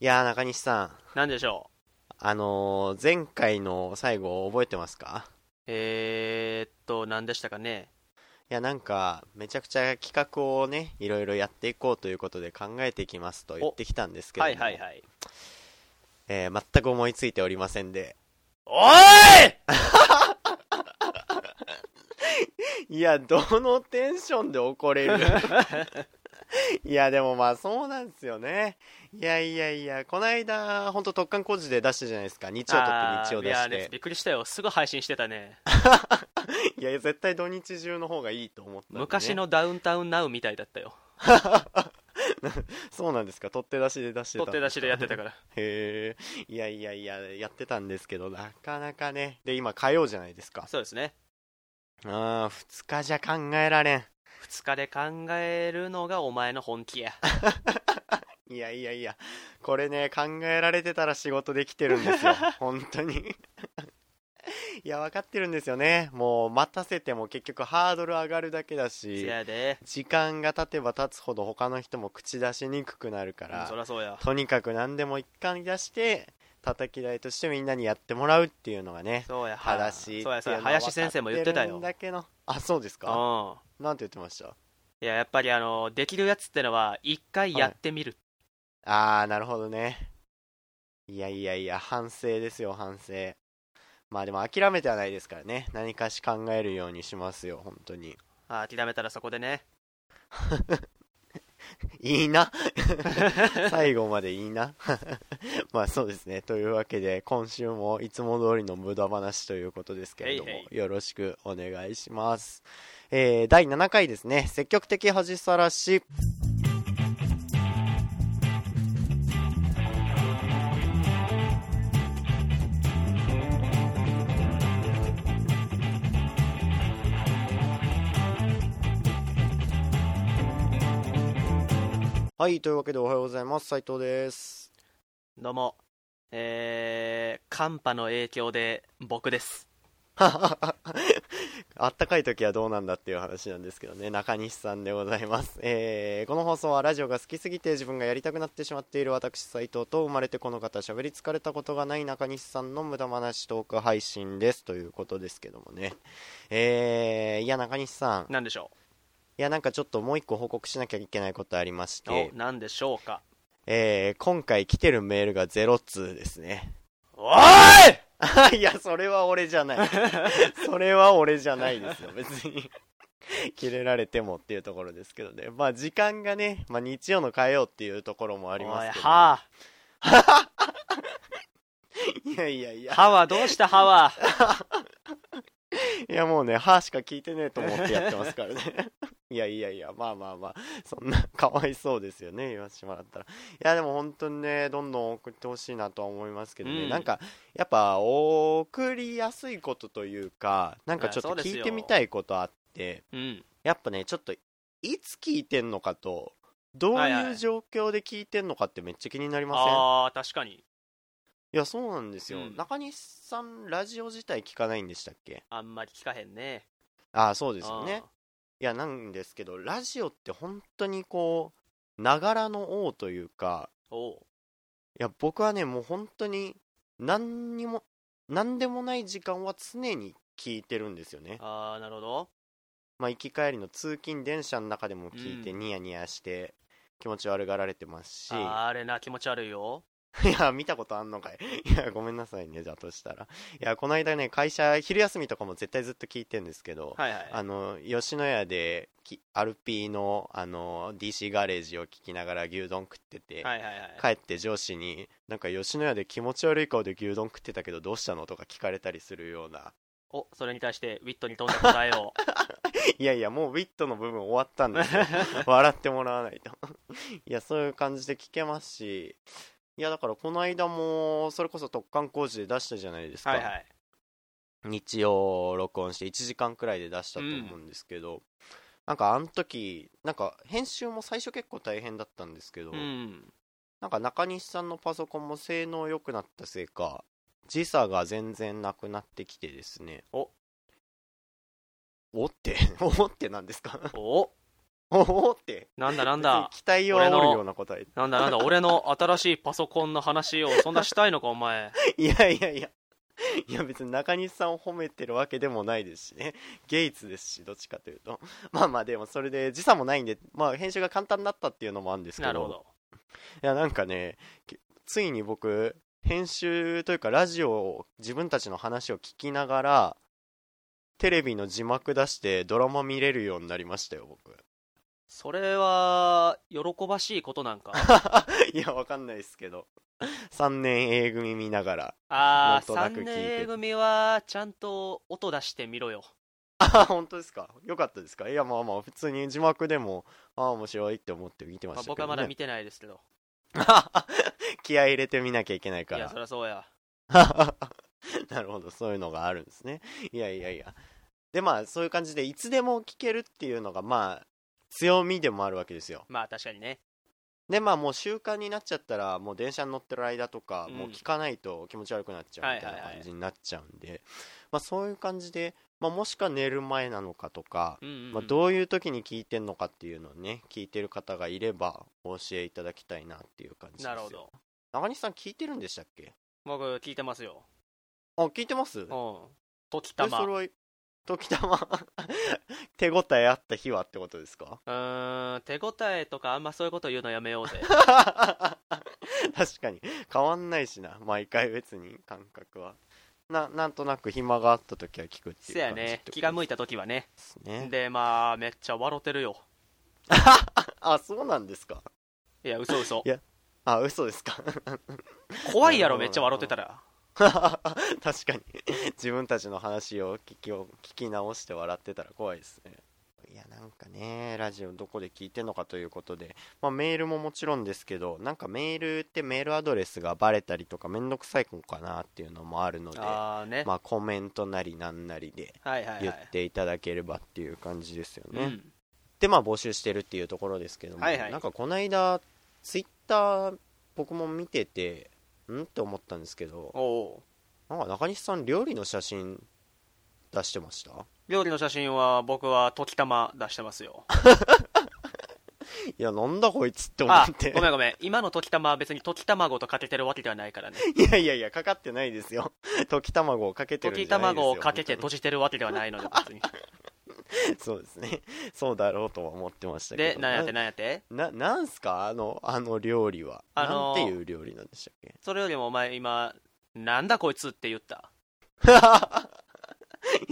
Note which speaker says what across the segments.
Speaker 1: いやー、中西さん、
Speaker 2: なんでしょう
Speaker 1: あのー前回の最後覚えてますか
Speaker 2: えー、っと、何でしたかね
Speaker 1: いや、なんか、めちゃくちゃ企画をね、いろいろやっていこうということで考えていきますと言ってきたんですけど
Speaker 2: は
Speaker 1: も、
Speaker 2: いはいはい。
Speaker 1: えー全く思いついておりませんで。
Speaker 2: おい
Speaker 1: いや、どのテンションで怒れる いや、でもまあそうなんですよね。いやいやいや、こないだ、ほんと特貫工事で出したじゃないですか。日曜とって日曜
Speaker 2: い
Speaker 1: 出
Speaker 2: や
Speaker 1: し
Speaker 2: ーね
Speaker 1: て。
Speaker 2: びっくりしたよ。すぐ配信してたね。
Speaker 1: いや、絶対土日中の方がいいと思ったんでね、
Speaker 2: 昔のダウンタウンナウみたいだったよ。
Speaker 1: そうなんですか。取って出しで出してたん
Speaker 2: 取
Speaker 1: で
Speaker 2: っ
Speaker 1: すか
Speaker 2: 手出しでやって たから。
Speaker 1: へえ、いやいやいや、やってたんですけど、なかなかね。で、今、火曜じゃないですか。
Speaker 2: そうですね。
Speaker 1: ああ、2日じゃ考えられん。
Speaker 2: 二日で考えるのがお前の本気や。
Speaker 1: いやいやいや、これね、考えられてたら仕事できてるんです よ。本当に。 いや、分かってるんですよね。もう、待たせても結局ハードル上がるだけだ
Speaker 2: せ
Speaker 1: し、
Speaker 2: やで。
Speaker 1: 時間が経てば経つほど他の人も口出しにくくなるか
Speaker 2: うんそ
Speaker 1: ら、
Speaker 2: らそうや。
Speaker 1: とにかく何でも一貫出して、叩き台としてみんなにやってもらうっていうのがね、
Speaker 2: そうや、は
Speaker 1: 正しい
Speaker 2: そうや、そうや、
Speaker 1: っていうのは
Speaker 2: 林先生も言ってたよ。
Speaker 1: 分
Speaker 2: う
Speaker 1: かってるんだけどあそうですか
Speaker 2: ん。
Speaker 1: なんて言ってました
Speaker 2: いや、やっぱりあの、できるやつってのは、一回やってみる。
Speaker 1: ああなるほどねいやいやいや反省ですよ反省まあでも諦めてはないですからね何かし考えるようにしますよ本当に
Speaker 2: あー諦めたらそこでね。
Speaker 1: いい な最後までいいな まあそうですねというわけで今週もいつも通りの無駄話ということですけれども
Speaker 2: へい
Speaker 1: よろしくお願いしますえー、第7回ですね積極的恥さらしはいというわけでおはようございます斉藤です
Speaker 2: どうも。えー、寒波の影響で、僕です。
Speaker 1: あったかい時はどうなんだっていう話なんですけどね中西さんでございます、えーこの放送はラジオが好きすぎて自分がやりたくなってしまっている私斉藤と生まれてこの方喋り疲れたことがない中西さんの無駄話トーク配信ですということですけどもねえーいや中西さんい
Speaker 2: なんでしょ
Speaker 1: やなんかちょっともう一個報告しなきゃいけないことありまし
Speaker 2: う。
Speaker 1: て
Speaker 2: お、なんでしょうか。
Speaker 1: えー今回来てるメールが0通ですね
Speaker 2: おー い
Speaker 1: いやそれは俺じゃない それは俺じゃないですよ、別に。 キレられてもっていうところですけどね。まあ時間がね、まあ日曜の変えようっていうところもありますけど、
Speaker 2: おい歯
Speaker 1: いやいやいや、
Speaker 2: 歯はどうした歯はい
Speaker 1: やもうね、歯しか聞いてねえと思ってやってますからね。 いやいやいや、まあまあまあ、そんな、かわいそうですよね、言わせてもらったら。いやでも本当にね、どんどん送ってほしいなとは思いますけどね。
Speaker 2: うん
Speaker 1: なんか、やっぱ送りやすいことというか、なんかちょっと
Speaker 2: あそうですよ
Speaker 1: 聞いてみたいことあって、
Speaker 2: うん。
Speaker 1: やっぱねちょっといつ聞いてんのかとどう
Speaker 2: はいはい
Speaker 1: い
Speaker 2: は
Speaker 1: う
Speaker 2: い
Speaker 1: 状況で聞いてんのかってめっちゃ気になりません、い
Speaker 2: ああ、確かに。
Speaker 1: やそうなんですよ、
Speaker 2: うん
Speaker 1: 中西さんラジオ自体聞かないんでしたっけ
Speaker 2: あんまり聞かへんね。
Speaker 1: ああそうですよ
Speaker 2: あ
Speaker 1: ねいやなんですけどラジオって本当にこうながらの王というか
Speaker 2: ーおう
Speaker 1: いや僕はねもう本当に何にも何でもない時間は常に聞いてるんですよね
Speaker 2: ああ、なるほど。
Speaker 1: まあ、行き帰りの通勤電車の中でも聞いて
Speaker 2: う
Speaker 1: ニヤニヤして気持ち悪がられてますし、
Speaker 2: あーあれな、気持ち悪いよ。
Speaker 1: いや、見たことあんのかい。 いや、ごめんなさいね、じゃあとしたら。いや、この間ね、会社、昼休みとかも絶対ずっと聞いてんですけど、
Speaker 2: はいはい。
Speaker 1: あの、吉野家で、きアルピーの、あの、DC ガレージを聞きながら牛丼食ってて、
Speaker 2: はいはいはい。
Speaker 1: 帰って上司に、なんか吉野家で気持ち悪い顔で牛丼食ってたけどどうしたのとか聞かれたりするような。
Speaker 2: お、それに対して、ウィットに飛んだ答 えを。
Speaker 1: いやいや、もうウィットの部分終わったん ですよ。笑ってもらわないと。 いや、そういう感じで聞けますし、いや、だからこの間も、それこそ特貫工事で出したじゃないですか。
Speaker 2: はいはい。
Speaker 1: 日曜録音して1時間くらいで出したと思うんですけど、なんかあの時なんか編集も最初結構大変だったんですけど、
Speaker 2: うん。
Speaker 1: なんか中西さんのパソコンも性能良くなったせいか時差が全然なくなってきてですね
Speaker 2: お
Speaker 1: おっておってなんですか
Speaker 2: お
Speaker 1: おおって
Speaker 2: なんだな んだ
Speaker 1: 期待を煽るような答え
Speaker 2: なんだなんだ俺の新しいパソコンの話をそんなしたいのかお前
Speaker 1: いやいやいやいや別に中西さんを褒めてるわけでもないですしねゲイツですしどっちかというとまあまあでもそれで時差もないんでまあ編集が簡単になったっていうのもあるんですけど
Speaker 2: なるほど
Speaker 1: いやなんかねきついに僕編集というかラジオを自分たちの話を聞きながらテレビの字幕出してドラマ見れるようになりましたよ僕
Speaker 2: それは喜ばしいことなんか
Speaker 1: いやわかんないですけど3年 A 組見ながら
Speaker 2: ああ
Speaker 1: なんとなく聞
Speaker 2: 3
Speaker 1: いて
Speaker 2: 年 A 組はちゃんと音出してみろよ
Speaker 1: あ本当ですかよかったですかいやまあまあ普通に字幕でもああ面白いって思って見てま
Speaker 2: まあ
Speaker 1: した
Speaker 2: 僕
Speaker 1: け
Speaker 2: は
Speaker 1: ど、
Speaker 2: まだ
Speaker 1: ね
Speaker 2: 見、てないですけど
Speaker 1: 気合い入れてみなきゃいけないか
Speaker 2: いや
Speaker 1: ら
Speaker 2: そりゃそうや
Speaker 1: なるほどそういうのがあるんですねいやいやいやでまあそういう感じでいつでも聞けるっていうのがまあ強みでもあるわけですよ
Speaker 2: まあ確かにね
Speaker 1: でまあもう習慣になっちゃったらもう電車に乗ってる間とか、
Speaker 2: うん
Speaker 1: もう聞かないと気持ち悪くなっちゃうみたいな感じになっちゃうんで、まあそういう感じで、まあ、もしか寝る前なのかとか、
Speaker 2: うんうんうん、
Speaker 1: まあ、どういう時に聞いてんのかっていうのをね聞いてる方がいればお教えいただきたいなっていう感じですよ
Speaker 2: なるほど
Speaker 1: 中西さん聞いてるんでしたっけ
Speaker 2: 僕聞いてますよ
Speaker 1: あ聞いてます
Speaker 2: うん時た
Speaker 1: え
Speaker 2: ま
Speaker 1: そうれは時たま手応えあった日はってことですか
Speaker 2: ーん手応えとかあんまそういうこと言うのやめよ うぜ
Speaker 1: 確かに変わんないしな毎回別に感覚はななんとなく暇があった時は聞くっていう
Speaker 2: せや
Speaker 1: 感じ
Speaker 2: ね気が向
Speaker 1: い
Speaker 2: いた時はね
Speaker 1: ですね
Speaker 2: でまあめっちゃ笑ってるよ
Speaker 1: あそうなんですか
Speaker 2: いや嘘嘘
Speaker 1: いやあ嘘ですか
Speaker 2: 怖いやろめっちゃ笑ってたら
Speaker 1: 確かに自分たちの話を聞きを聞き直して笑ってたら怖いですねいやなんかねラジオどこで聞いてんのかということで、まあ、メールももちろんですけどなんかメールってメールアドレスがバレたりとかめんどくさいのかなっていうのもあるので
Speaker 2: ああね、
Speaker 1: まあコメントなりなんなりで
Speaker 2: はいはい
Speaker 1: 言
Speaker 2: は
Speaker 1: っ
Speaker 2: い
Speaker 1: ていただければっていう感じですよね、
Speaker 2: うん
Speaker 1: でまあ募集してるっていうところですけども、
Speaker 2: はいはい
Speaker 1: なんかこの間ツイッター僕も見ててんって思ったんですけど
Speaker 2: おお
Speaker 1: なんか中西さん料理の写真出してました
Speaker 2: 料理の写真は僕は時たま出してますよ
Speaker 1: いやなんだこいつって思
Speaker 2: あ
Speaker 1: って
Speaker 2: ごめんごめん今の時たまは別に時卵とかけてるわけではない からね
Speaker 1: いやいやいやかかってないですよ 溶き卵をかけてるん
Speaker 2: 時
Speaker 1: じゃないですよ
Speaker 2: 卵をかけて閉じてるわけではないので別に
Speaker 1: そうですね そうだろうとは思ってましたけ
Speaker 2: で
Speaker 1: ど
Speaker 2: なんやってなんやって
Speaker 1: ななんすかあのあの料理は、
Speaker 2: あのー
Speaker 1: なんていう料理なんでしたっけ
Speaker 2: それよりもお前今なんだこいつって言った
Speaker 1: い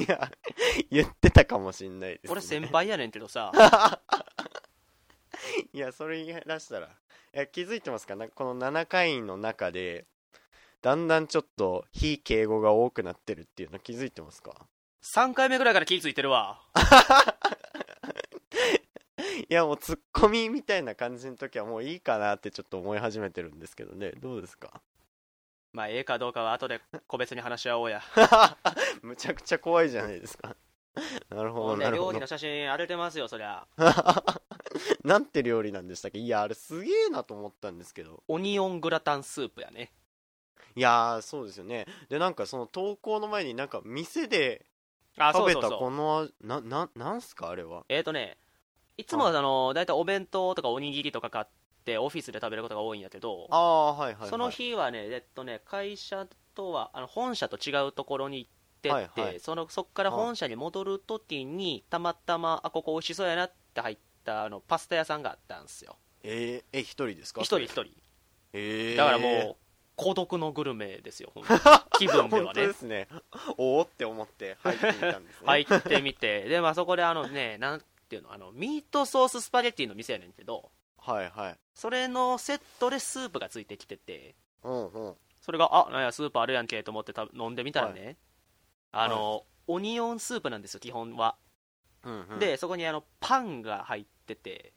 Speaker 1: や言ってたかもしんないです、ね、
Speaker 2: 俺先輩やねんけ どさ
Speaker 1: いやそれ言い出したらいや気づいてますかなこの7回の中でだんだんちょっと非敬語が多くなってるっていうの気づいてますか
Speaker 2: 3回目ぐらいから気付いてるわ
Speaker 1: いやもうツッコミみたいな感じの時はもういいかなってちょっと思い始めてるんですけどねどうですか
Speaker 2: まあええかどうかは後で個別に話し合 おうや
Speaker 1: むちゃくちゃ怖いじゃないですか なるほ
Speaker 2: ほ
Speaker 1: ど
Speaker 2: んで
Speaker 1: なる
Speaker 2: 料
Speaker 1: ほ
Speaker 2: 理
Speaker 1: ど
Speaker 2: の写真荒れてますよそりゃ
Speaker 1: なんて料理なんでしたっけいやあれすげえなと思ったんですけど
Speaker 2: オニオングラタンスープやね
Speaker 1: いやーそうですよねでなんかその投稿の前になんか店で
Speaker 2: あそ
Speaker 1: 食
Speaker 2: う
Speaker 1: べ
Speaker 2: そう
Speaker 1: た
Speaker 2: そう
Speaker 1: このなななんすかあれは
Speaker 2: えーとねいつもはあの大体お弁当とかおにぎりとか買ってオフィスで食べることが多いんやけど
Speaker 1: ああはいはい、はい、
Speaker 2: その日はねえっとね会社とはあの本社と違うところに行ってって、
Speaker 1: はいはい
Speaker 2: そのそこから本社に戻るときにたまたまあここ美味しそうやなって入ったあのパスタ屋さんがあったんですよ
Speaker 1: えー、え一人ですか
Speaker 2: 一人一人
Speaker 1: えー、
Speaker 2: だからもう孤独のグルメですよほ んと気分で
Speaker 1: 本
Speaker 2: は
Speaker 1: 当で
Speaker 2: ね
Speaker 1: すね おおって思って入ってみたんですね
Speaker 2: 入ってみてでまあそこであのねなんていうのあのミートソーススパゲッティの店やねんけど
Speaker 1: はいはい
Speaker 2: それのセットでスープがついてきてて
Speaker 1: うんうん
Speaker 2: それがあなんやスープあるやんけと思ってた飲んでみたらね、あの、オニオンスープなんですよ基本は、
Speaker 1: うんうん、
Speaker 2: でそこにあのパンが入ってて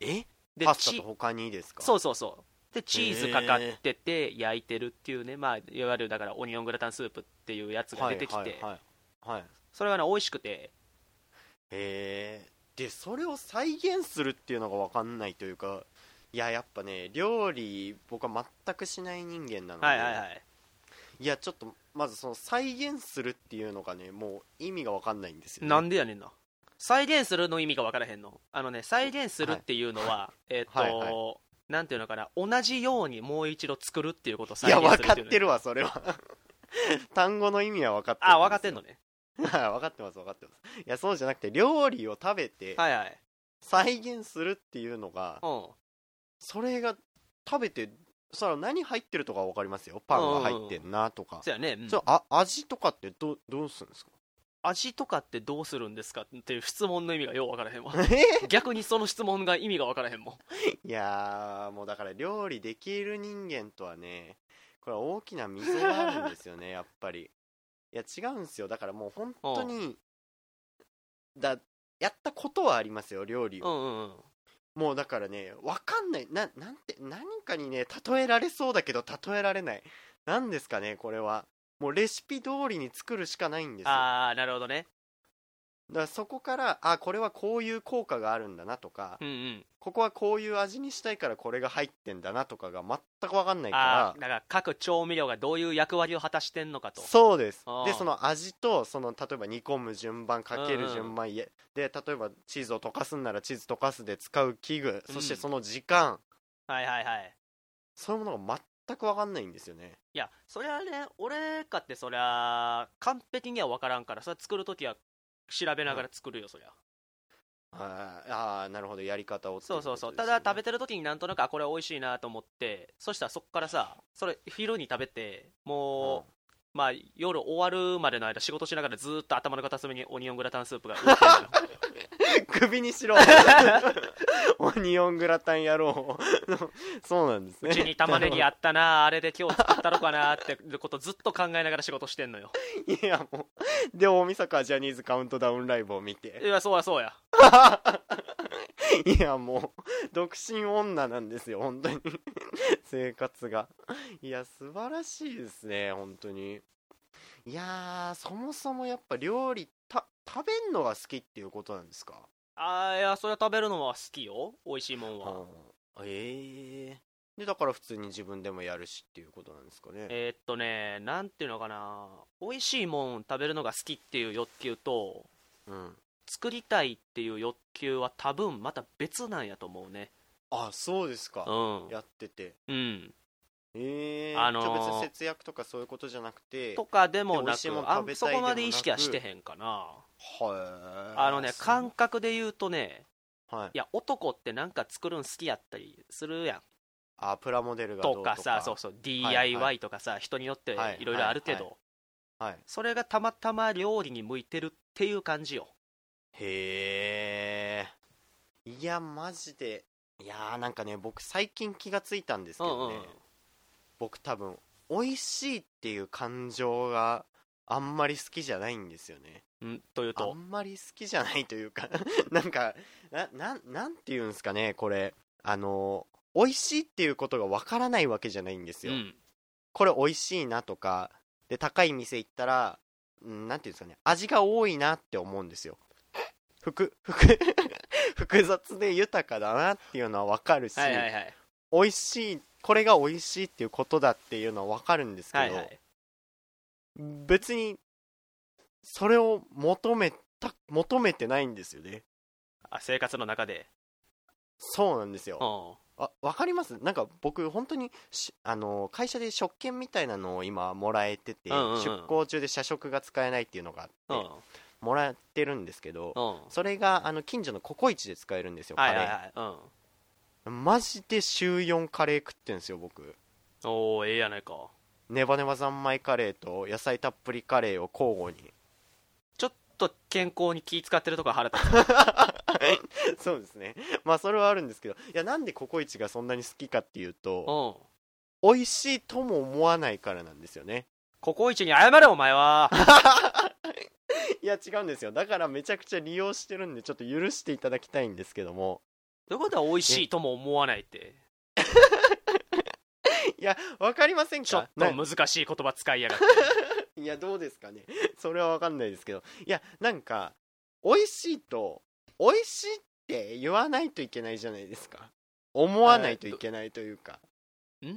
Speaker 1: え
Speaker 2: で
Speaker 1: パスタ
Speaker 2: チ
Speaker 1: と他にですか
Speaker 2: そううそうそうでチーズかかってて焼いてるっていうね、まあ、いわゆるだからオニオングラタンスープっていうやつが出てきて、
Speaker 1: はいはいはい、はい、
Speaker 2: それがね美味しくて
Speaker 1: えー、でそれを再現するっていうのが分かんないというかいややっぱね料理僕は全くしない人間なので、
Speaker 2: はいはいはい
Speaker 1: いやちょっとまずその再現するっていうのがねもう意味が分かんないんですよ、ね、
Speaker 2: なんでやねんな再現するの意味が分からへんのあのね再現するっていうのは、えっと、
Speaker 1: はいは
Speaker 2: なんていうのかな同じようにもう一度作るっていうことを
Speaker 1: い
Speaker 2: 再
Speaker 1: や
Speaker 2: 現す
Speaker 1: 分
Speaker 2: る
Speaker 1: か
Speaker 2: いうの
Speaker 1: ってるわそれは 単語の意味は分かってる
Speaker 2: あ分か ってんのね
Speaker 1: 分かってます分かってますいやそうじゃなくて料理を食べて
Speaker 2: はいはい
Speaker 1: 再現するっていうのが
Speaker 2: うん
Speaker 1: それが食べてそら何入ってるとかは分かりますよパンが入ってんなとか、
Speaker 2: そうやね、うん
Speaker 1: そうあ味とかってどどうするんですか
Speaker 2: 味とかってどうするんですかっていう質問の意味がよう分からへんわ
Speaker 1: え
Speaker 2: 逆にその質問が意味が分からへんも ん
Speaker 1: いやーもうだから料理できる人間とはねこれは大きな溝があるんですよ ねやっぱりいや違うんですよだからもう本当にだやったことはありますよ料理
Speaker 2: う
Speaker 1: を、
Speaker 2: んうんうん
Speaker 1: もうだからねわかんないななんて何かにね例えられそうだけど例えられない何ですかねこれはもうレシピ通りに作るしかないんですよだか
Speaker 2: ああなるほどね
Speaker 1: らそこからあこれはこういう効果があるんだなとか、
Speaker 2: うんうん
Speaker 1: ここはこういう味にしたいからこれが入ってんだなとかが全く分かんない
Speaker 2: あ
Speaker 1: か
Speaker 2: あだから各調味料がどういう役割を果たしてんのかと
Speaker 1: らそうです
Speaker 2: あー
Speaker 1: でその味とその例えば煮込む順番かけ
Speaker 2: うんう
Speaker 1: る
Speaker 2: ん
Speaker 1: 順番、いえで例えばチーズを溶かすんならチーズ溶かすで使う器具
Speaker 2: うん
Speaker 1: そしてその時間、
Speaker 2: はいはいはい
Speaker 1: そういうものが全く分かんないんですよね
Speaker 2: いや、そりゃね、俺かってそりゃ、完璧には分からんから、それ作るときは調べながら作るよ、そりゃ。
Speaker 1: あーあーなるほどやり方をってい
Speaker 2: そうそうそう。
Speaker 1: こと
Speaker 2: た
Speaker 1: ですよ
Speaker 2: だ
Speaker 1: ね
Speaker 2: 食べてるときになんとなく、あ、これ美味しいなと思って、そしたらそっからさ、それ昼に食べて、もう、まあ夜終わるまでの間仕事しながらずーっと頭の片隅にオニオングラタンスープが浮いてるのよ
Speaker 1: うん 首にしろオニオングラタン野郎 そうなんですね
Speaker 2: うちに玉ねぎあったなあれで今日作ったろかなってことずっと考えながら仕事してんのよ。
Speaker 1: いやもうで大晦日ジャニーズカウントダウンライブを見
Speaker 2: い
Speaker 1: て
Speaker 2: や、そうやそうや。
Speaker 1: いやもう独身女なんですよ本当に 生活がいや素晴らしいですね本当にいやーそもそもやっぱ料理た食べんのが好きっていうことなんですか
Speaker 2: あーいや、それは食べるのは好きよ。美味しいもんは。
Speaker 1: うんええでだから普通に自分でもやるしっていうことなんですかね
Speaker 2: えーっとね、なんていうのかな、美味しいもん食べるのが好きっていう欲求と、
Speaker 1: うん
Speaker 2: 作りたいっていう欲求は多分また別なんやと思うね。
Speaker 1: あそうです
Speaker 2: う
Speaker 1: か
Speaker 2: ん。
Speaker 1: やってて
Speaker 2: うん。
Speaker 1: ええ
Speaker 2: あのー
Speaker 1: じゃあ別に節約とかそういうことじゃなくて
Speaker 2: とかでも
Speaker 1: 美
Speaker 2: な
Speaker 1: 味しいもん
Speaker 2: く、あ
Speaker 1: 食べたい
Speaker 2: そこま
Speaker 1: で
Speaker 2: で
Speaker 1: もなく
Speaker 2: 意識はしてへんかな。
Speaker 1: はい
Speaker 2: あのね、
Speaker 1: そう
Speaker 2: 感覚で言うとね、
Speaker 1: はい
Speaker 2: いや、男ってなんか作るん好きやったりするやん。
Speaker 1: あプラモデルがどう
Speaker 2: と
Speaker 1: と
Speaker 2: か
Speaker 1: か
Speaker 2: さ、そうそう、
Speaker 1: は
Speaker 2: DIY とかさ、人によっていろいろあるけ
Speaker 1: はいはい
Speaker 2: ど、
Speaker 1: はい、
Speaker 2: それがたまたま料理に向いてるっていう感じよ。
Speaker 1: へえいやマジでいやーなんかね僕最近気がついたんですけどね、僕多分美味しいっていう感情があんまり好きじゃないんですよね
Speaker 2: うん。うん、という
Speaker 1: あ
Speaker 2: と、
Speaker 1: んまり好きじゃないというか なんかななんなんていうんですかねこれあの美味しいっていうことがわからないわけじゃないんです
Speaker 2: う
Speaker 1: よ、
Speaker 2: ん。
Speaker 1: これ美味しいなとかで高い店行ったらうんなんていうんですかね味が多いなって思うんですよ複複 複雑で豊かだなっていうのは分かるし、
Speaker 2: はいはいはい。
Speaker 1: 美味しいこれが美味しいっていうことだっていうのは分かるんですけど、
Speaker 2: はいはい、
Speaker 1: 別にそれを求めた求めてないんですよね
Speaker 2: あ生活の中で、
Speaker 1: そうなんですよ
Speaker 2: うん、
Speaker 1: あわかりますなんか僕本当にしあの会社で食券みたいなのを今もらえてて、
Speaker 2: うんうんうん
Speaker 1: 出向中で社食が使えないっていうのがあ
Speaker 2: うん
Speaker 1: って、もらってるんですけど、
Speaker 2: うん
Speaker 1: それがあの近所のココイチで使えるんですよカ
Speaker 2: は
Speaker 1: レ
Speaker 2: い
Speaker 1: ー、
Speaker 2: はいはい、うん、
Speaker 1: マジで週4カレー食ってんですよ僕
Speaker 2: おおええやないか
Speaker 1: ネバネバ三昧カレーと野菜たっぷりカレーを交互 に
Speaker 2: ちょっと健康に気使ってるとこは腹立つ
Speaker 1: そうですねまあそれはあるんですけどいやなんでココイチがそんなに好きかっていう
Speaker 2: うん
Speaker 1: と
Speaker 2: コ
Speaker 1: 美味しいとも思わないからなんですよね
Speaker 2: コイチに謝れお前は
Speaker 1: いや違うんですよだからめちゃくちゃ利用してるんでちょっと許していただきたいんですけども
Speaker 2: ということは美味しいとも思わないって
Speaker 1: いやわかりません
Speaker 2: ちょ
Speaker 1: か
Speaker 2: っと
Speaker 1: な
Speaker 2: 難しい言葉使いやがって
Speaker 1: いやどうですかね それはわかんないですけどいやなんか美味しいと美味しいって言わないといけないじゃないですか思わないといけないというか
Speaker 2: えっ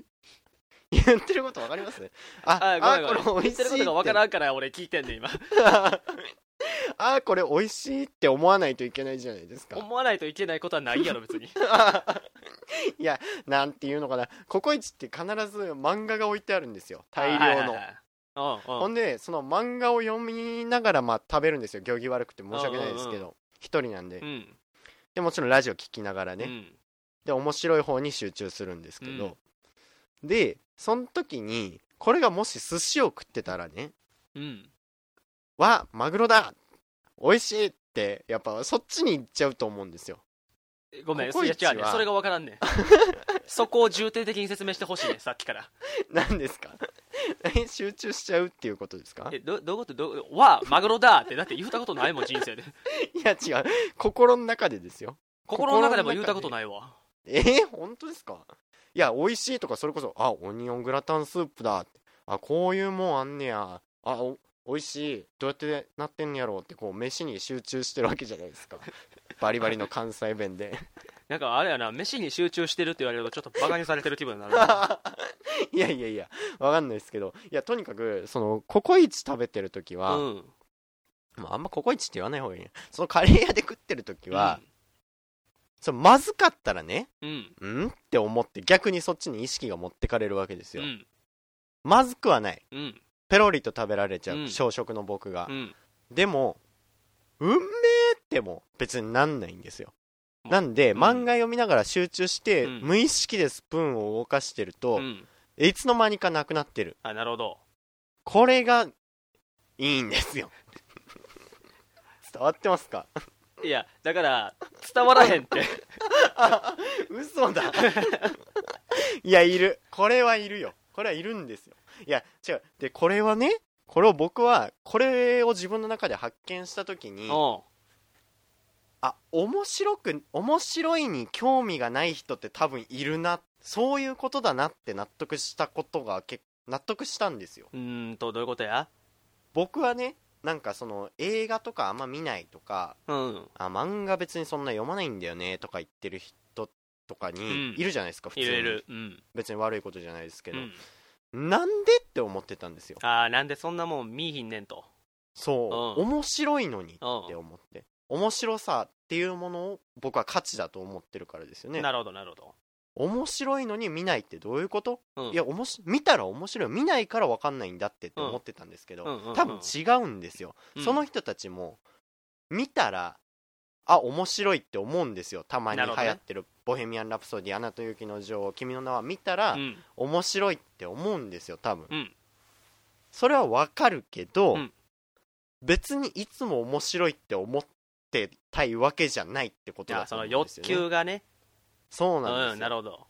Speaker 1: 言ってることわかりますあ
Speaker 2: あごめんごめん
Speaker 1: あこれ美
Speaker 2: 言
Speaker 1: 味
Speaker 2: っ
Speaker 1: してい
Speaker 2: る
Speaker 1: って
Speaker 2: ことがわからんから俺聞いてんねん今
Speaker 1: あ ああこれ美味しいって思わないといけないじゃないですか
Speaker 2: 思わないといけないことはないやろ 別に
Speaker 1: いやなんていうのかなココイチって必ず漫画が置いてあるんですよ大量の、
Speaker 2: はいはいはいうん
Speaker 1: ほ
Speaker 2: うん
Speaker 1: んでその漫画を読みながらまあ食べるんですよ行儀悪くて申し訳ないですけ
Speaker 2: うん
Speaker 1: ど一人なんで
Speaker 2: うん
Speaker 1: でもちろんラジオ聞きながらね、
Speaker 2: うん
Speaker 1: で面白い方に集中するんですけど、でその時にこれがもし寿司を食ってたらね
Speaker 2: うん
Speaker 1: 「わマグロだ美味しい!」ってやっぱそっちに行っちゃうと思うんですよ
Speaker 2: えごめん
Speaker 1: ココイチ
Speaker 2: いや違うね
Speaker 1: は
Speaker 2: それがわからん ねんそこを重点的に説明してほしいねさっきから
Speaker 1: 何ですか え集中しちゃうっていうことですか
Speaker 2: えどどういうことどうわマグロだってだって言ったことないもん人 生で
Speaker 1: いや違う心の中でですよ
Speaker 2: 心の中でも言ったことないわ
Speaker 1: えー、本当ですかいや美味しいとかそれこそあオニオングラタンスープだあこういうもんあんねやあお美味しいどうやってなってんやろうってこう飯に集中してるわけじゃない ですかバリバリの関西弁で
Speaker 2: なんかあれやな飯に集中してるって言われるとちょっとバカにされてる気分になるな
Speaker 1: いやいやいやわかんないですけどいやとにかくそのココイチ食べてる時は、
Speaker 2: うん
Speaker 1: まあ、あんまココイチって言わない方がいいねそのカレー屋で食ってる時は、そのまずかったらね
Speaker 2: うん
Speaker 1: んって思って逆にそっちに意識が持ってかれるわけです
Speaker 2: う
Speaker 1: よ、
Speaker 2: ん
Speaker 1: まずくはない
Speaker 2: うん
Speaker 1: ペロリと食べられちゃう、
Speaker 2: うん
Speaker 1: 小食の僕が
Speaker 2: う、ん
Speaker 1: でも運命っても別になんないんですよ
Speaker 2: ま
Speaker 1: なんで、
Speaker 2: うん
Speaker 1: 漫画読みながら集中して、
Speaker 2: うん
Speaker 1: 無意識でスプーンを動かしてると、
Speaker 2: うん
Speaker 1: いつの間にかなくなってる
Speaker 2: あなるほど
Speaker 1: これがいいんですよ 伝わってますか
Speaker 2: いやだから伝わらへんって
Speaker 1: 嘘だ いやいるこれはいるよこれはいるんですよいや違うでこれはねこれを僕はこれを自分の中で発見した時に
Speaker 2: うん
Speaker 1: あ面白く面白いに興味がない人って多分いるなそういうことだなって納得したことがけ納得したんですよ
Speaker 2: うーんとどういうことや
Speaker 1: 僕はねなんかその映画とかあんま見ないとか
Speaker 2: うん
Speaker 1: あ漫画別にそんな読まないんだよねとか言ってる人とかに
Speaker 2: うん
Speaker 1: いるじゃないですか、普
Speaker 2: い
Speaker 1: 通
Speaker 2: ろ
Speaker 1: に
Speaker 2: いろうん、
Speaker 1: 別に悪いことじゃないですけ
Speaker 2: う
Speaker 1: ど、
Speaker 2: ん、
Speaker 1: なんでって思ってたんですよ
Speaker 2: ああなんでそんなもん見いひんねんと
Speaker 1: そう、面白いのに
Speaker 2: うん
Speaker 1: って思って面白さっていうものを僕は価値だと思ってるからですよね
Speaker 2: なるほどなるほ
Speaker 1: 面白いのに見ないってどういうこと、
Speaker 2: ど、うん、
Speaker 1: いやおもし見たら面白い見ないから分かんないんだってって思ってたんですけど、
Speaker 2: うんうんうんうん
Speaker 1: 多分違うんですよ、
Speaker 2: うん
Speaker 1: その人たちも見たらあ面白いって思うんですよたまに
Speaker 2: な
Speaker 1: 流
Speaker 2: るほどね
Speaker 1: 行ってる「ボヘミアン・ラプソディ」「アナと雪の女王」「君の名は」見たら、
Speaker 2: うん
Speaker 1: 面白いって思うんですよ多分、
Speaker 2: うん
Speaker 1: それは分かるけど、
Speaker 2: うん
Speaker 1: 別にいつも面白いって思ってたいわけじゃないってこと
Speaker 2: じゃ
Speaker 1: だ
Speaker 2: あ
Speaker 1: と
Speaker 2: そ
Speaker 1: 思
Speaker 2: の
Speaker 1: うんです
Speaker 2: 欲
Speaker 1: よ、ね、
Speaker 2: 求がね
Speaker 1: そうなんですよ、
Speaker 2: うんなるほど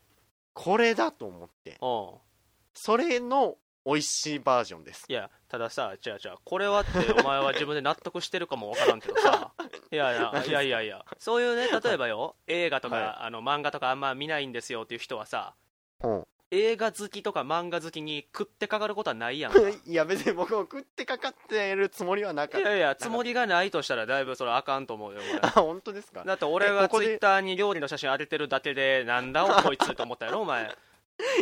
Speaker 1: これだと思って
Speaker 2: お
Speaker 1: それの美味しいバージョンです
Speaker 2: いやたださ違う違うこれはってお前は自分で納得してるかもわからんけど さいやいやいやいやいやそういうね例えばよ映画とか、
Speaker 1: は
Speaker 2: あの漫画とかあんま見ないんですよっていう人はさ
Speaker 1: うん
Speaker 2: 映画好きとか漫画好きに食ってかかることは ないやん
Speaker 1: いや別に僕も食ってかかってるつもりはなか
Speaker 2: い
Speaker 1: っ
Speaker 2: やいやつもりがないとしたらだいぶそれあかんと思うよ俺
Speaker 1: たあ本当ですか
Speaker 2: だって俺
Speaker 1: え
Speaker 2: が
Speaker 1: ここ
Speaker 2: ツイ
Speaker 1: で
Speaker 2: ッターに料理の写真当ててるだけでなんだおこ いつと思ったやろお前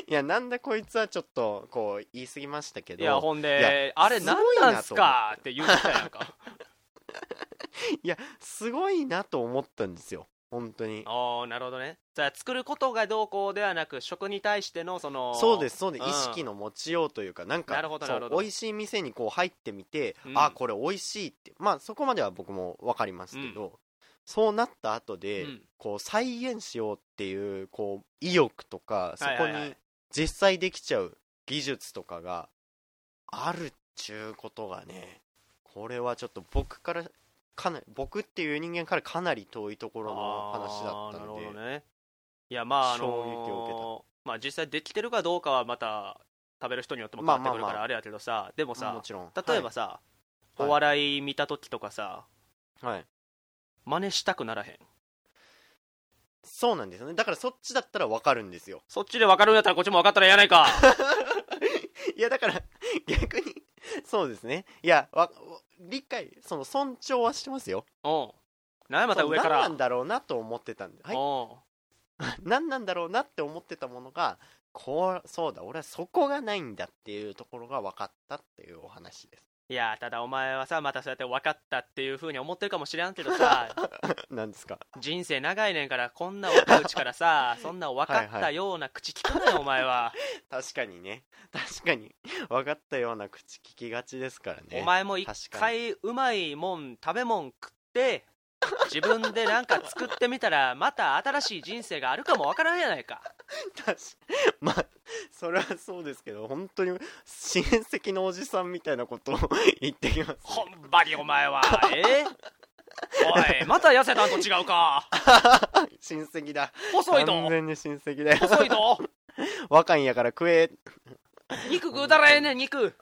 Speaker 1: いやなんだこいつはちょっとこう言い過ぎましたけ
Speaker 2: い
Speaker 1: ど
Speaker 2: やほん
Speaker 1: い
Speaker 2: で
Speaker 1: や
Speaker 2: あれ何なんすかって言ってたやんか
Speaker 1: すごいなと思ったんですよ本当に
Speaker 2: ああなるほどねじゃあ作ることがどうこうではなく食に対してのその
Speaker 1: そうですそうです、
Speaker 2: うん
Speaker 1: 意識の持ちようというかなんか
Speaker 2: なるほど
Speaker 1: そう
Speaker 2: なるほど
Speaker 1: 美味しい店にこう入ってみて、
Speaker 2: うん
Speaker 1: あこれ美味しいってまあそこまでは僕も分かりますけど、そうなった後
Speaker 2: う
Speaker 1: で、
Speaker 2: ん
Speaker 1: こう再現しようっていうこう意欲とかそこ
Speaker 2: はいはいは
Speaker 1: に
Speaker 2: い
Speaker 1: 実際できちゃう技術とかがあるっちゅうことがねこれはちょっと僕からかなり僕っていう人間からかなり遠いところの話だったの
Speaker 2: あーなるほ
Speaker 1: で、
Speaker 2: どねいやまああの
Speaker 1: 衝撃を
Speaker 2: まあ実際できてるかどうかはまた食べる人によっても変
Speaker 1: ま
Speaker 2: わ
Speaker 1: あ
Speaker 2: ってくる
Speaker 1: まあま
Speaker 2: から
Speaker 1: あ
Speaker 2: あれやけどさでも
Speaker 1: も
Speaker 2: さ
Speaker 1: ちろん
Speaker 2: 例えば、さ
Speaker 1: い
Speaker 2: お笑い見た時とかさ
Speaker 1: はいはい
Speaker 2: 真似したくならへん
Speaker 1: そうなんですよねだからそっちだったらわかるんですよ
Speaker 2: そっちで分かるんやったらこっちも分かったらええやないか
Speaker 1: いやだから 逆にそうですねいやわ理解その尊重はしてますよ
Speaker 2: うんなんやまた上か
Speaker 1: そう
Speaker 2: ら
Speaker 1: 何なんだろうなと思ってたんで、はい、
Speaker 2: うん
Speaker 1: 何なんだろうなって思ってたものがこうそうだ俺はそこがないんだっていうところが分かったっていうお話です
Speaker 2: いやーただお前はさまたそうやって分かったっていう風に思ってるかもしれんけどさ
Speaker 1: なんですか
Speaker 2: 人生長いねんからこんな若いうちからさそんな分か
Speaker 1: は
Speaker 2: っ
Speaker 1: いは
Speaker 2: たような口聞くなよお前は
Speaker 1: 確かにね確かに分かったような口聞きがちですからね
Speaker 2: お前も一
Speaker 1: 確か
Speaker 2: 回うまいもん食べもん食って自分でなんか作ってみたらまた新しい人生があるかもわからんやないか
Speaker 1: 確かまあそれはそうですけど本当に親戚のおじさんみたいなことを 言ってきます、ね、
Speaker 2: ほんまにお前はえおいまた痩せたんと違うか
Speaker 1: 親戚だ
Speaker 2: 細い
Speaker 1: 完
Speaker 2: と
Speaker 1: 全に親戚だよ
Speaker 2: 細いと
Speaker 1: 若いんやから食え
Speaker 2: 肉食うたらええねん肉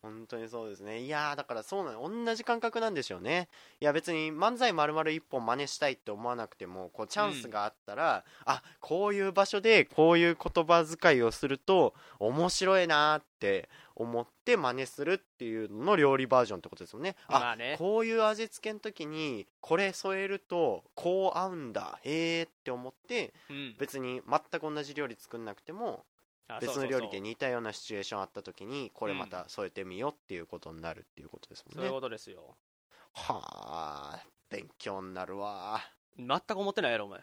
Speaker 1: 本当にそうですねいやーだからそうなの同じ感覚なんでしょうねいや別に漫才丸々一本真似したいって思わなくてもこうチャンスがあったら、あこういう場所でこういう言葉遣いをすると面白いなーって思って真似するっていうのの料理バージョンってことですもんねあ
Speaker 2: まあね
Speaker 1: こういう味付けの時にこれ添えるとこう合うんだへーって思って
Speaker 2: うん
Speaker 1: 別に全く同じ料理作んなくても
Speaker 2: あ
Speaker 1: 別
Speaker 2: そ
Speaker 1: の
Speaker 2: うそうそう
Speaker 1: 料理で似たようなシチュエーションあった時にこれ
Speaker 2: うん
Speaker 1: また添えてみようっていうことになるっていうことですも
Speaker 2: そ
Speaker 1: ん
Speaker 2: うい
Speaker 1: ね、
Speaker 2: うことですよ
Speaker 1: はあ勉強になるわ
Speaker 2: 全く思ってないやろお前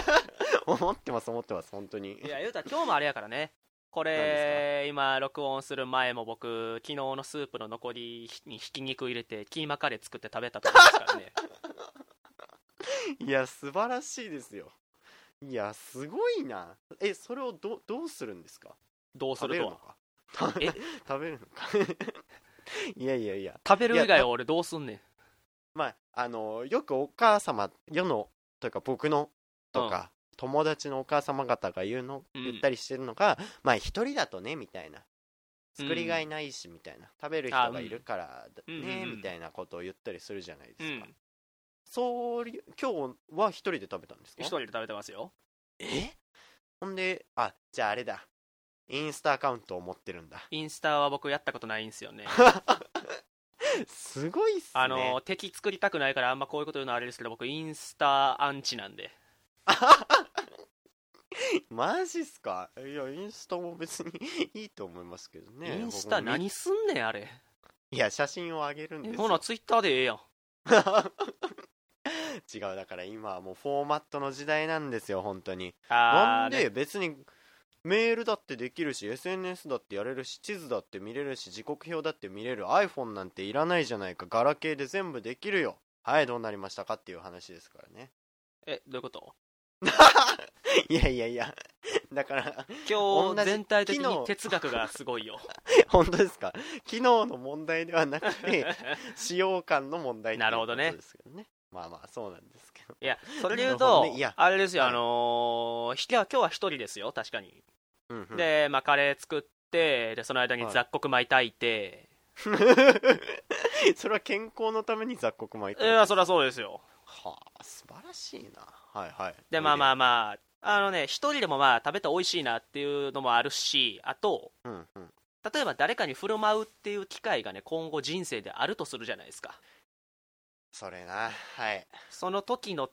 Speaker 1: 思ってます思ってます本当に
Speaker 2: いや言うたら今日もあれやからねこ
Speaker 1: 何
Speaker 2: れ
Speaker 1: で
Speaker 2: 今録音する前も僕昨日のスープの残りにひき肉入れてキーマカレー作って食べたとこです からね
Speaker 1: いや素晴らしいですよいやすごいなえそれをどどうするんですか
Speaker 2: どうす
Speaker 1: 食べ
Speaker 2: る
Speaker 1: る
Speaker 2: と
Speaker 1: の
Speaker 2: は
Speaker 1: か食べ
Speaker 2: え
Speaker 1: 食べるのかいやいやいや
Speaker 2: 食べる以外は俺どうすんねん
Speaker 1: まああのよくお母様世のというか僕のとか、友達のお母様方が言うの
Speaker 2: うん
Speaker 1: 言ったりしてるのが、まあ一人だとねみたいな作りがいないしみたいな、食べる人がいるからだ
Speaker 2: うん
Speaker 1: ね、
Speaker 2: うんうん
Speaker 1: みたいなことを言ったりするじゃないです
Speaker 2: う
Speaker 1: か、
Speaker 2: ん
Speaker 1: そうり今日は一人で食べたんです
Speaker 2: 一
Speaker 1: か
Speaker 2: 人で食べてますよ
Speaker 1: えほんであじゃああれだインスタアカウントを持ってるんだ
Speaker 2: インスタは僕やったことないんすよ ね
Speaker 1: すごいっすね
Speaker 2: あの敵作りたくないからあんまこういうこと言うのはあれですけど僕インスタアンチなんで
Speaker 1: マジっすかいやインスタも別にいいと思いますけどね
Speaker 2: インスタ
Speaker 1: 僕も見
Speaker 2: 何すんねんあれ
Speaker 1: いや写真を上げるんです
Speaker 2: ほな
Speaker 1: よ
Speaker 2: ツイッターでええやん
Speaker 1: 違うだから今はもうフォーマットの時代なんですよ本当にな
Speaker 2: あ
Speaker 1: ん
Speaker 2: ーね
Speaker 1: で別にメールだってできるし SNS だってやれるし地図だって見れるし時刻表だって見れる iPhone なんていらないじゃないかガラケーで全部できるよはいどうなりましたかっていう話ですからね
Speaker 2: えどういうこと
Speaker 1: いやいやいやだから同
Speaker 2: 今日
Speaker 1: じ
Speaker 2: 全体的
Speaker 1: 昨
Speaker 2: に
Speaker 1: 日
Speaker 2: 哲学がすごいよ
Speaker 1: 本当ですか昨日の問題ではなく て使用感の問題っていう
Speaker 2: なるほどね
Speaker 1: ことですけどねまあまあそうなんですけど
Speaker 2: いや、それで言う
Speaker 1: なるほ
Speaker 2: と
Speaker 1: どねいや、
Speaker 2: あれですよ、
Speaker 1: は
Speaker 2: あ
Speaker 1: い
Speaker 2: のー、ひきは今日は一人ですよ、確かに。
Speaker 1: うんうん
Speaker 2: で、まあ、カレー作って、で、その間に
Speaker 1: はい
Speaker 2: 雑穀米炊いて、
Speaker 1: それは健康のために雑穀米って
Speaker 2: い、や、そりゃそうですよ。
Speaker 1: はあ素晴らしいなはいはい
Speaker 2: で、まあま
Speaker 1: あ
Speaker 2: あまあ、あのね、一人でもまあ、食べて美味しいなっていうのもあるし、あと、
Speaker 1: うんうん
Speaker 2: 例えば誰かに振る舞うっていう機会がね、今後人生であるとするじゃないですか。
Speaker 1: それなはい
Speaker 2: その時の、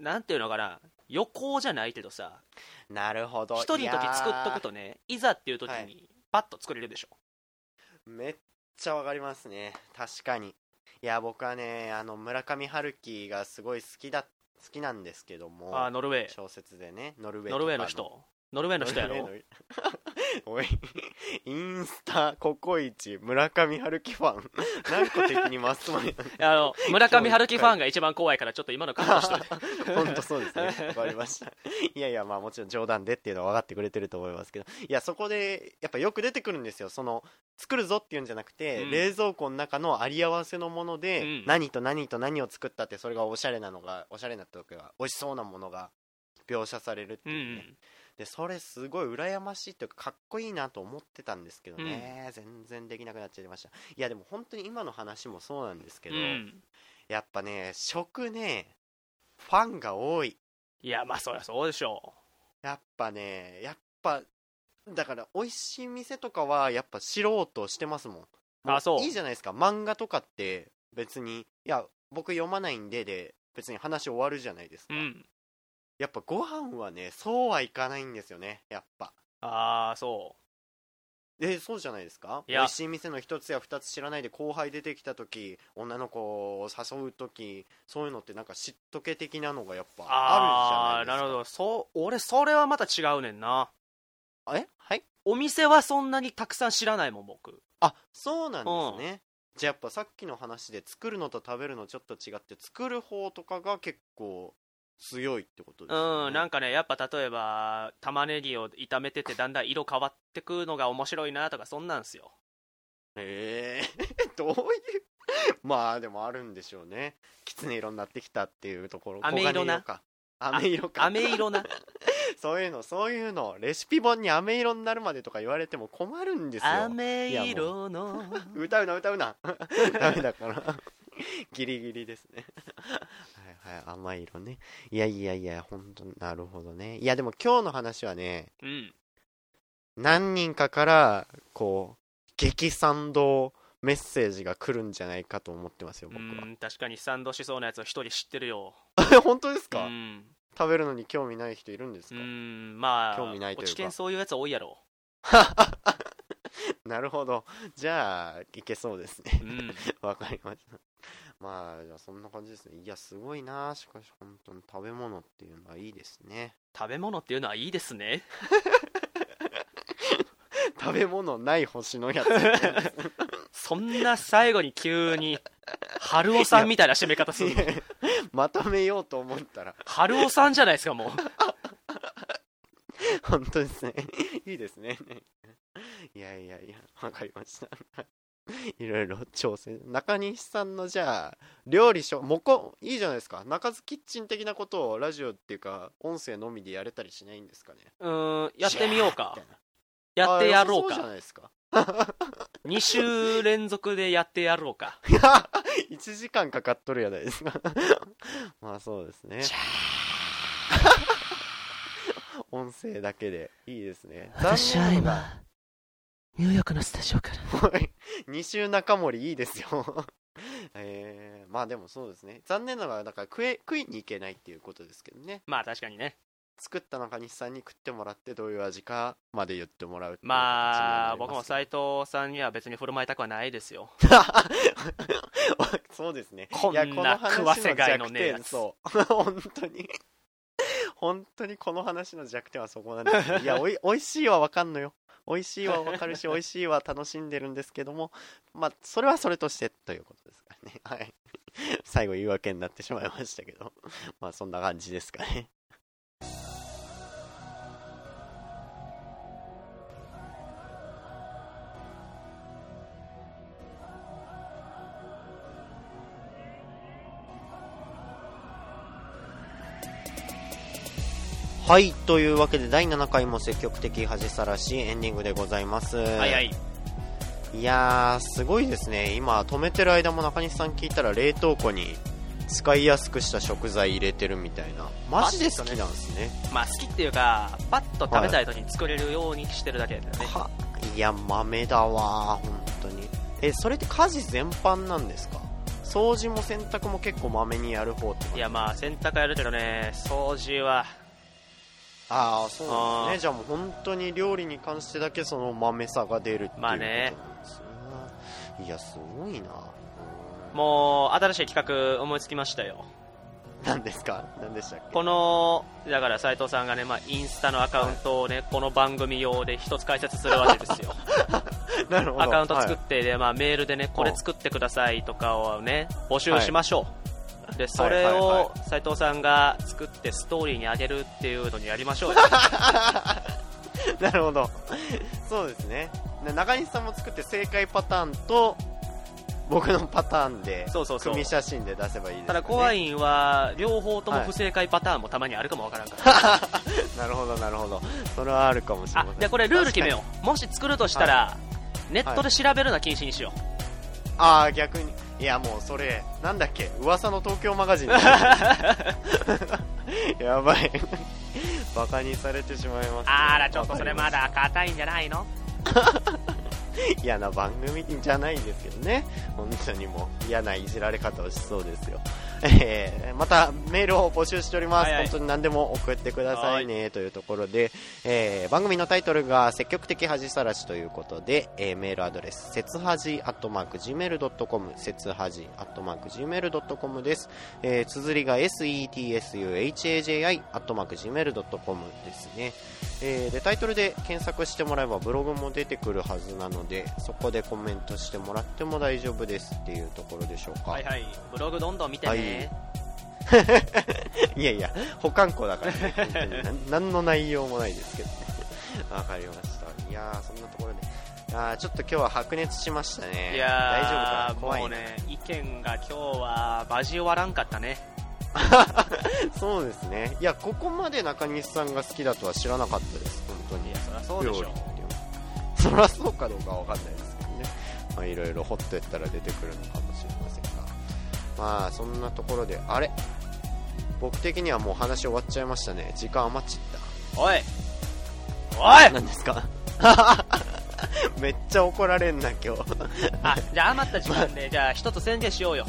Speaker 2: なんていうのかな、予行じゃないけどさ、
Speaker 1: なるほど
Speaker 2: 一人の時作っと
Speaker 1: いや
Speaker 2: くとね、いざっていう時
Speaker 1: は
Speaker 2: に、パッと作れるでしょ。
Speaker 1: ーめっちゃわかりますね確かにいや僕はねあの村上春樹がすごい好きだ好きなんですけども
Speaker 2: あー、ノルウェー。
Speaker 1: 小説でねノルウェーとか
Speaker 2: ノルウェーの人。ノルウェーの人やろ
Speaker 1: ノルウェーの おいインスタココイチ村上春樹ファン何個的に回すつもり
Speaker 2: あ の村上春樹ファンが一番怖いからちょっと今のカットしといて
Speaker 1: 本当そうですねわかりました いやいやまあもちろん冗談でっていうのは分かってくれてると思いますけどいやそこでやっぱよく出てくるんですよその作るぞっていうんじゃなくて、
Speaker 2: うん
Speaker 1: 冷蔵庫の中のあり合わせのもので、
Speaker 2: うん
Speaker 1: 何と何と何を作ったってそれがおしゃれなのがおしゃれなというか美味しそうなものが描写されるって
Speaker 2: うん
Speaker 1: いうね、でそれすごい羨ましいというかかっこいいなと思ってたんですけどね、全然できなくなっちゃいましたいやでも本当に今の話もそうなんですけ
Speaker 2: うん
Speaker 1: ど、
Speaker 2: うん
Speaker 1: やっぱね食ねファンが多い
Speaker 2: いやまあそりゃそうでしょ
Speaker 1: やっぱねやっぱだから美味しい店とかはやっぱ知ろうとしてますもん
Speaker 2: あそう
Speaker 1: いいじゃないですか漫画とかって別にいや僕読まないんでで別に話終わるじゃないです
Speaker 2: う
Speaker 1: か、
Speaker 2: うん
Speaker 1: やっぱご飯はねそうはいかないんですよねやっぱ
Speaker 2: ああそ
Speaker 1: えそうじゃないですか
Speaker 2: い
Speaker 1: 美
Speaker 2: や
Speaker 1: 味しい店の一つや二つ知らないで後輩出てきた時女の子を誘う時そういうのってなんか嫉妬け的なのがやっぱあるじゃないですか
Speaker 2: ーなるほどそう俺それはまた違うねんな
Speaker 1: どえはい
Speaker 2: お店はそんなにたくさん知らないもん僕
Speaker 1: あそうなんですね、じゃあやっぱさっきの話で作るのと食べるのちょっと違って作る方とかが結構強いってことですよね
Speaker 2: うんなんかねやっぱ例えば玉ねぎを炒めててだんだん色変わってくのが面白いなとかそんな んすよ
Speaker 1: ええ どういうまあでもあるんでしょうねきつね色になってきたっていうところ
Speaker 2: 飴色な
Speaker 1: 黄金か飴色か
Speaker 2: 飴色な
Speaker 1: そういうのそういうのレシピ本に飴色になるまでとか言われても困るんですよ
Speaker 2: 飴色の
Speaker 1: 歌うな歌うな ダメだからギリギリですねはいはい甘い色ねいやいやいや本当なるほどねいやでも今日の話はね
Speaker 2: うん
Speaker 1: 何人かからこう激賛同メッセージが来るんじゃないかと思ってますよ
Speaker 2: う
Speaker 1: 僕は
Speaker 2: ん確かに賛同しそうなやつを一人知ってるよ
Speaker 1: え 本当です
Speaker 2: う
Speaker 1: か、
Speaker 2: ん
Speaker 1: 食べるのに興味ない人いるんです
Speaker 2: う
Speaker 1: か、
Speaker 2: んまあ
Speaker 1: 興味ないというか
Speaker 2: 落ち研そういうやつ多いやろ
Speaker 1: なるほどじゃあいけそうですね
Speaker 2: うん
Speaker 1: わかりましたまあじゃあそんな感じですねいやすごいなしかし本当に食べ物っていうのはいいですね
Speaker 2: 食べ物っていうのはいいですね
Speaker 1: 食べ物ない星のやつ
Speaker 2: そんな最後に急に春雄さんみたいな締め 方するの
Speaker 1: まとめようと思ったら
Speaker 2: 春雄さんじゃないですかもう
Speaker 1: 本当ですねいいですねいやいやいやわかりましたいろいろ挑戦中西さんのじゃあ料理しょもこいいじゃないですか中津キッチン的なことをラジオっていうか音声のみでやれたりしないんですかね
Speaker 2: うーんやってみようか
Speaker 1: じゃあみたいな
Speaker 2: やってやろ
Speaker 1: あ
Speaker 2: う
Speaker 1: そうじゃ
Speaker 2: か
Speaker 1: ないですか
Speaker 2: 2週連続でやってやろうか
Speaker 1: 1時間かかっとるやないですか まあそうですね
Speaker 2: じゃ
Speaker 1: 音声だけでいいですね
Speaker 3: 私は
Speaker 1: 残念なが
Speaker 3: 今
Speaker 1: ら
Speaker 3: ニューヨークのスタジオから
Speaker 1: 二週中森いいですよ えー、まあでもそうですね残念ながらだから食え食いに行けないっていうことですけどね
Speaker 2: まあ確かにね
Speaker 1: 作った中西さんに食ってもらってどういう味かまで言ってもらうっていう
Speaker 2: ま
Speaker 1: 形
Speaker 2: あ
Speaker 1: に
Speaker 2: 僕
Speaker 1: なり
Speaker 2: も
Speaker 1: すけ
Speaker 2: 斎藤さんには別に振る舞いたくはないですよ
Speaker 1: ど そうですね
Speaker 2: こん
Speaker 1: や
Speaker 2: な食わせがいのねえやつ
Speaker 1: そう本当に 本当にこの話の弱点はそこなんですよいやおい美味しいはわかんのよ美味しいはわかる し美味しいは楽しんでるんですけどもまあそれはそれとしてということですからねはい 最後言い訳になってしまいましたけど まあそんな感じですかねはいというわけで第7回も積極的恥さらしエンディングでございますは
Speaker 2: はいはい
Speaker 1: いやー、すごいですね。今、止めてる間も中西さん聞いたら、冷凍庫に使いやすくした食材入れてるみたいな。マジで好きなんですね。
Speaker 2: まあ好きっていうかパッと食べたい時に作れるようにしてるだけだよね、
Speaker 1: はいや、豆だわー、本当に。え、それって家事全般なんですか掃除も洗濯も結構豆にやる方って感じ
Speaker 2: い、やまあ洗濯やるけどね掃除は
Speaker 1: ああ、そうなんですね。
Speaker 2: あー
Speaker 1: じゃあもう本当に料理に関してだけその豆さが出るっていうこと
Speaker 2: ま
Speaker 1: な
Speaker 2: あ
Speaker 1: んで
Speaker 2: ね
Speaker 1: すね。いや、すごいな。う
Speaker 2: もう新しい企画思いつきましたよ
Speaker 1: ーん何ですか何でしたっけ
Speaker 2: このだから斉藤さんがね、まあ、インスタのアカウントをね、この番組用で一つ解説するわけです よ
Speaker 1: なるほど
Speaker 2: アカウント
Speaker 1: はい
Speaker 2: 作って、でまあ、メールでねこれ作ってくださいとかをね募集しましょう、でそれ
Speaker 1: はいはい
Speaker 2: を
Speaker 1: は
Speaker 2: 斉藤さんが作ってストーリーにあげるっていうのにやりましょ うよ
Speaker 1: なるほど。そうですね。な中西さんも作って正解パターンと、僕のパターンで、
Speaker 2: そうそうそう
Speaker 1: 組写真で出せばいいです、ね。
Speaker 2: ただ怖
Speaker 1: い。
Speaker 2: いんは両方とも不正解パターンもたまにあるかもわからんから
Speaker 1: なるほど、なるほど。それはあるかもしれ
Speaker 2: あ
Speaker 1: ません。
Speaker 2: じゃあこれルール決めようもし作るとしたら、ネットで調べるのは禁止にしよ
Speaker 1: う。ああ、逆に。いや、もうそれ、なんだっけ、噂の東京マガジン。 やばい。バカにされてしまいます、
Speaker 2: う、あらちょっとそれまだ硬いんじゃないの
Speaker 1: 嫌な番組じゃないですけどね本当にもう嫌ないじられ方をしそうですよえーまたメールを募集しております、
Speaker 2: はいはい
Speaker 1: 本当に何でも送ってくださいねというところで、えー番組のタイトルが「積極的恥さらし」ということで、えーメールアドレス「せつはじ」「@gmail.com」「せつはじ」「@gmail.com」です、えー、綴りが setsuhaji「@gmail.com」ですねえーでタイトルで検索してもらえばブログも出てくるはずなのでそこでコメントしてもらっても大丈夫ですっていうところでしょうか、
Speaker 2: はいはいブログどんどん見てね、
Speaker 1: いやいや、保管庫だから ね、本当に何何の内容もないですけどね。 わかりました。いやー、そんなところで。あーちょっと今日は白熱しましたね。
Speaker 2: い、や
Speaker 1: 大丈夫か
Speaker 2: ー
Speaker 1: な怖
Speaker 2: も
Speaker 1: いうな、
Speaker 2: ね意見が今日はバジ終わらんかったね
Speaker 1: そうですね。いや、ここまで中西さんが好きだとは知らなかったです、本当に。
Speaker 2: いやそりゃそうでし
Speaker 1: 料理
Speaker 2: ょ
Speaker 1: っていうのはそりゃそうかどうかは分かんないですけどね、まあ、いろいろ掘ってったら出てくるのかもしれませんがまあそんなところであれ僕的にはもう話終わっちゃいましたね時間余っちゃっ
Speaker 2: おいお
Speaker 1: た
Speaker 2: い
Speaker 1: 何ですかめっちゃ怒られんな今日
Speaker 2: あじゃあ余った時間で、じゃあ一つ宣言しようよ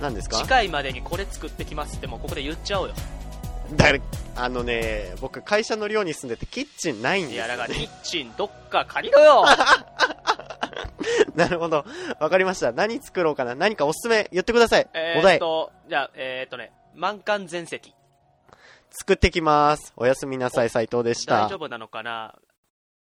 Speaker 1: 何ですか
Speaker 2: 次回までにこれ作ってきますってもうここで言っちゃおうよ
Speaker 1: 誰あのね僕会社の寮に住んでてキッチンないん
Speaker 2: い
Speaker 1: です
Speaker 2: や
Speaker 1: よ、
Speaker 2: だから
Speaker 1: ね、
Speaker 2: キッチンどっか借り ろよ
Speaker 1: なるほどわかりました何作ろうかな何かおすすめ言ってください、
Speaker 2: え
Speaker 1: お
Speaker 2: ーっ
Speaker 1: 題
Speaker 2: とじゃあえーっとね満館全席
Speaker 1: 作ってきますおやすみなさい斉藤でした
Speaker 2: 大丈夫なのかな